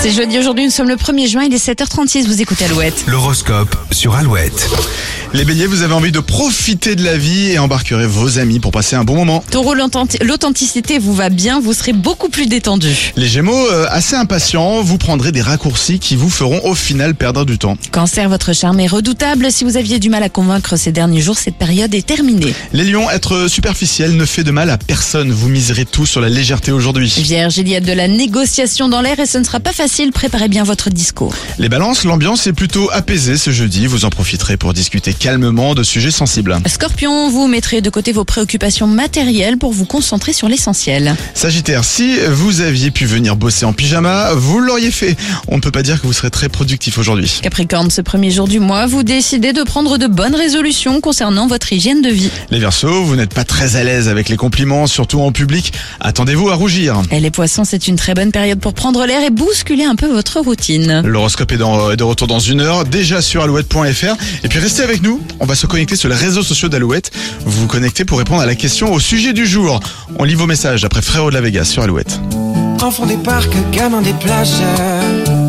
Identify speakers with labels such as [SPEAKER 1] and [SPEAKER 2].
[SPEAKER 1] C'est jeudi aujourd'hui, nous sommes le 1er juin, il est 7h36, vous écoutez Alouette.
[SPEAKER 2] L'horoscope sur Alouette.
[SPEAKER 3] Les béliers, vous avez envie de profiter de la vie et embarquerez vos amis pour passer un bon moment.
[SPEAKER 1] Taureau, l'authenti- l'authenticité vous va bien, vous serez beaucoup plus détendu.
[SPEAKER 3] Les gémeaux, euh, assez impatients, vous prendrez des raccourcis qui vous feront au final perdre du temps.
[SPEAKER 1] Cancer, votre charme est redoutable, si vous aviez du mal à convaincre ces derniers jours, cette période est terminée.
[SPEAKER 3] Les lions, être superficiel ne fait de mal à personne, vous miserez tout sur la légèreté aujourd'hui.
[SPEAKER 1] Vierge, il y a de la négociation dans l'air et ce ne sera pas facile, préparez bien votre discours.
[SPEAKER 3] Les balances, l'ambiance est plutôt apaisée ce jeudi, vous en profiterez pour discuter calmement de sujets sensibles.
[SPEAKER 1] Scorpion, vous mettrez de côté vos préoccupations matérielles pour vous concentrer sur l'essentiel.
[SPEAKER 3] Sagittaire, si vous aviez pu venir bosser en pyjama, vous l'auriez fait. On ne peut pas dire que vous serez très productif aujourd'hui.
[SPEAKER 1] Capricorne, ce premier jour du mois, vous décidez de prendre de bonnes résolutions concernant votre hygiène de vie.
[SPEAKER 3] Les Verseaux, vous n'êtes pas très à l'aise avec les compliments, surtout en public. Attendez-vous à rougir.
[SPEAKER 1] Et les poissons, c'est une très bonne période pour prendre l'air et bousculer un peu votre routine.
[SPEAKER 3] L'horoscope est, dans- est de retour dans une heure, déjà sur alouette.fr. Et puis restez avec nous, on va se connecter sur les réseaux sociaux d'Alouette. Vous vous connectez pour répondre à la question au sujet du jour. On lit vos messages après Frérot de la Vega sur Alouette.
[SPEAKER 4] Enfant des parcs, gamin des plages.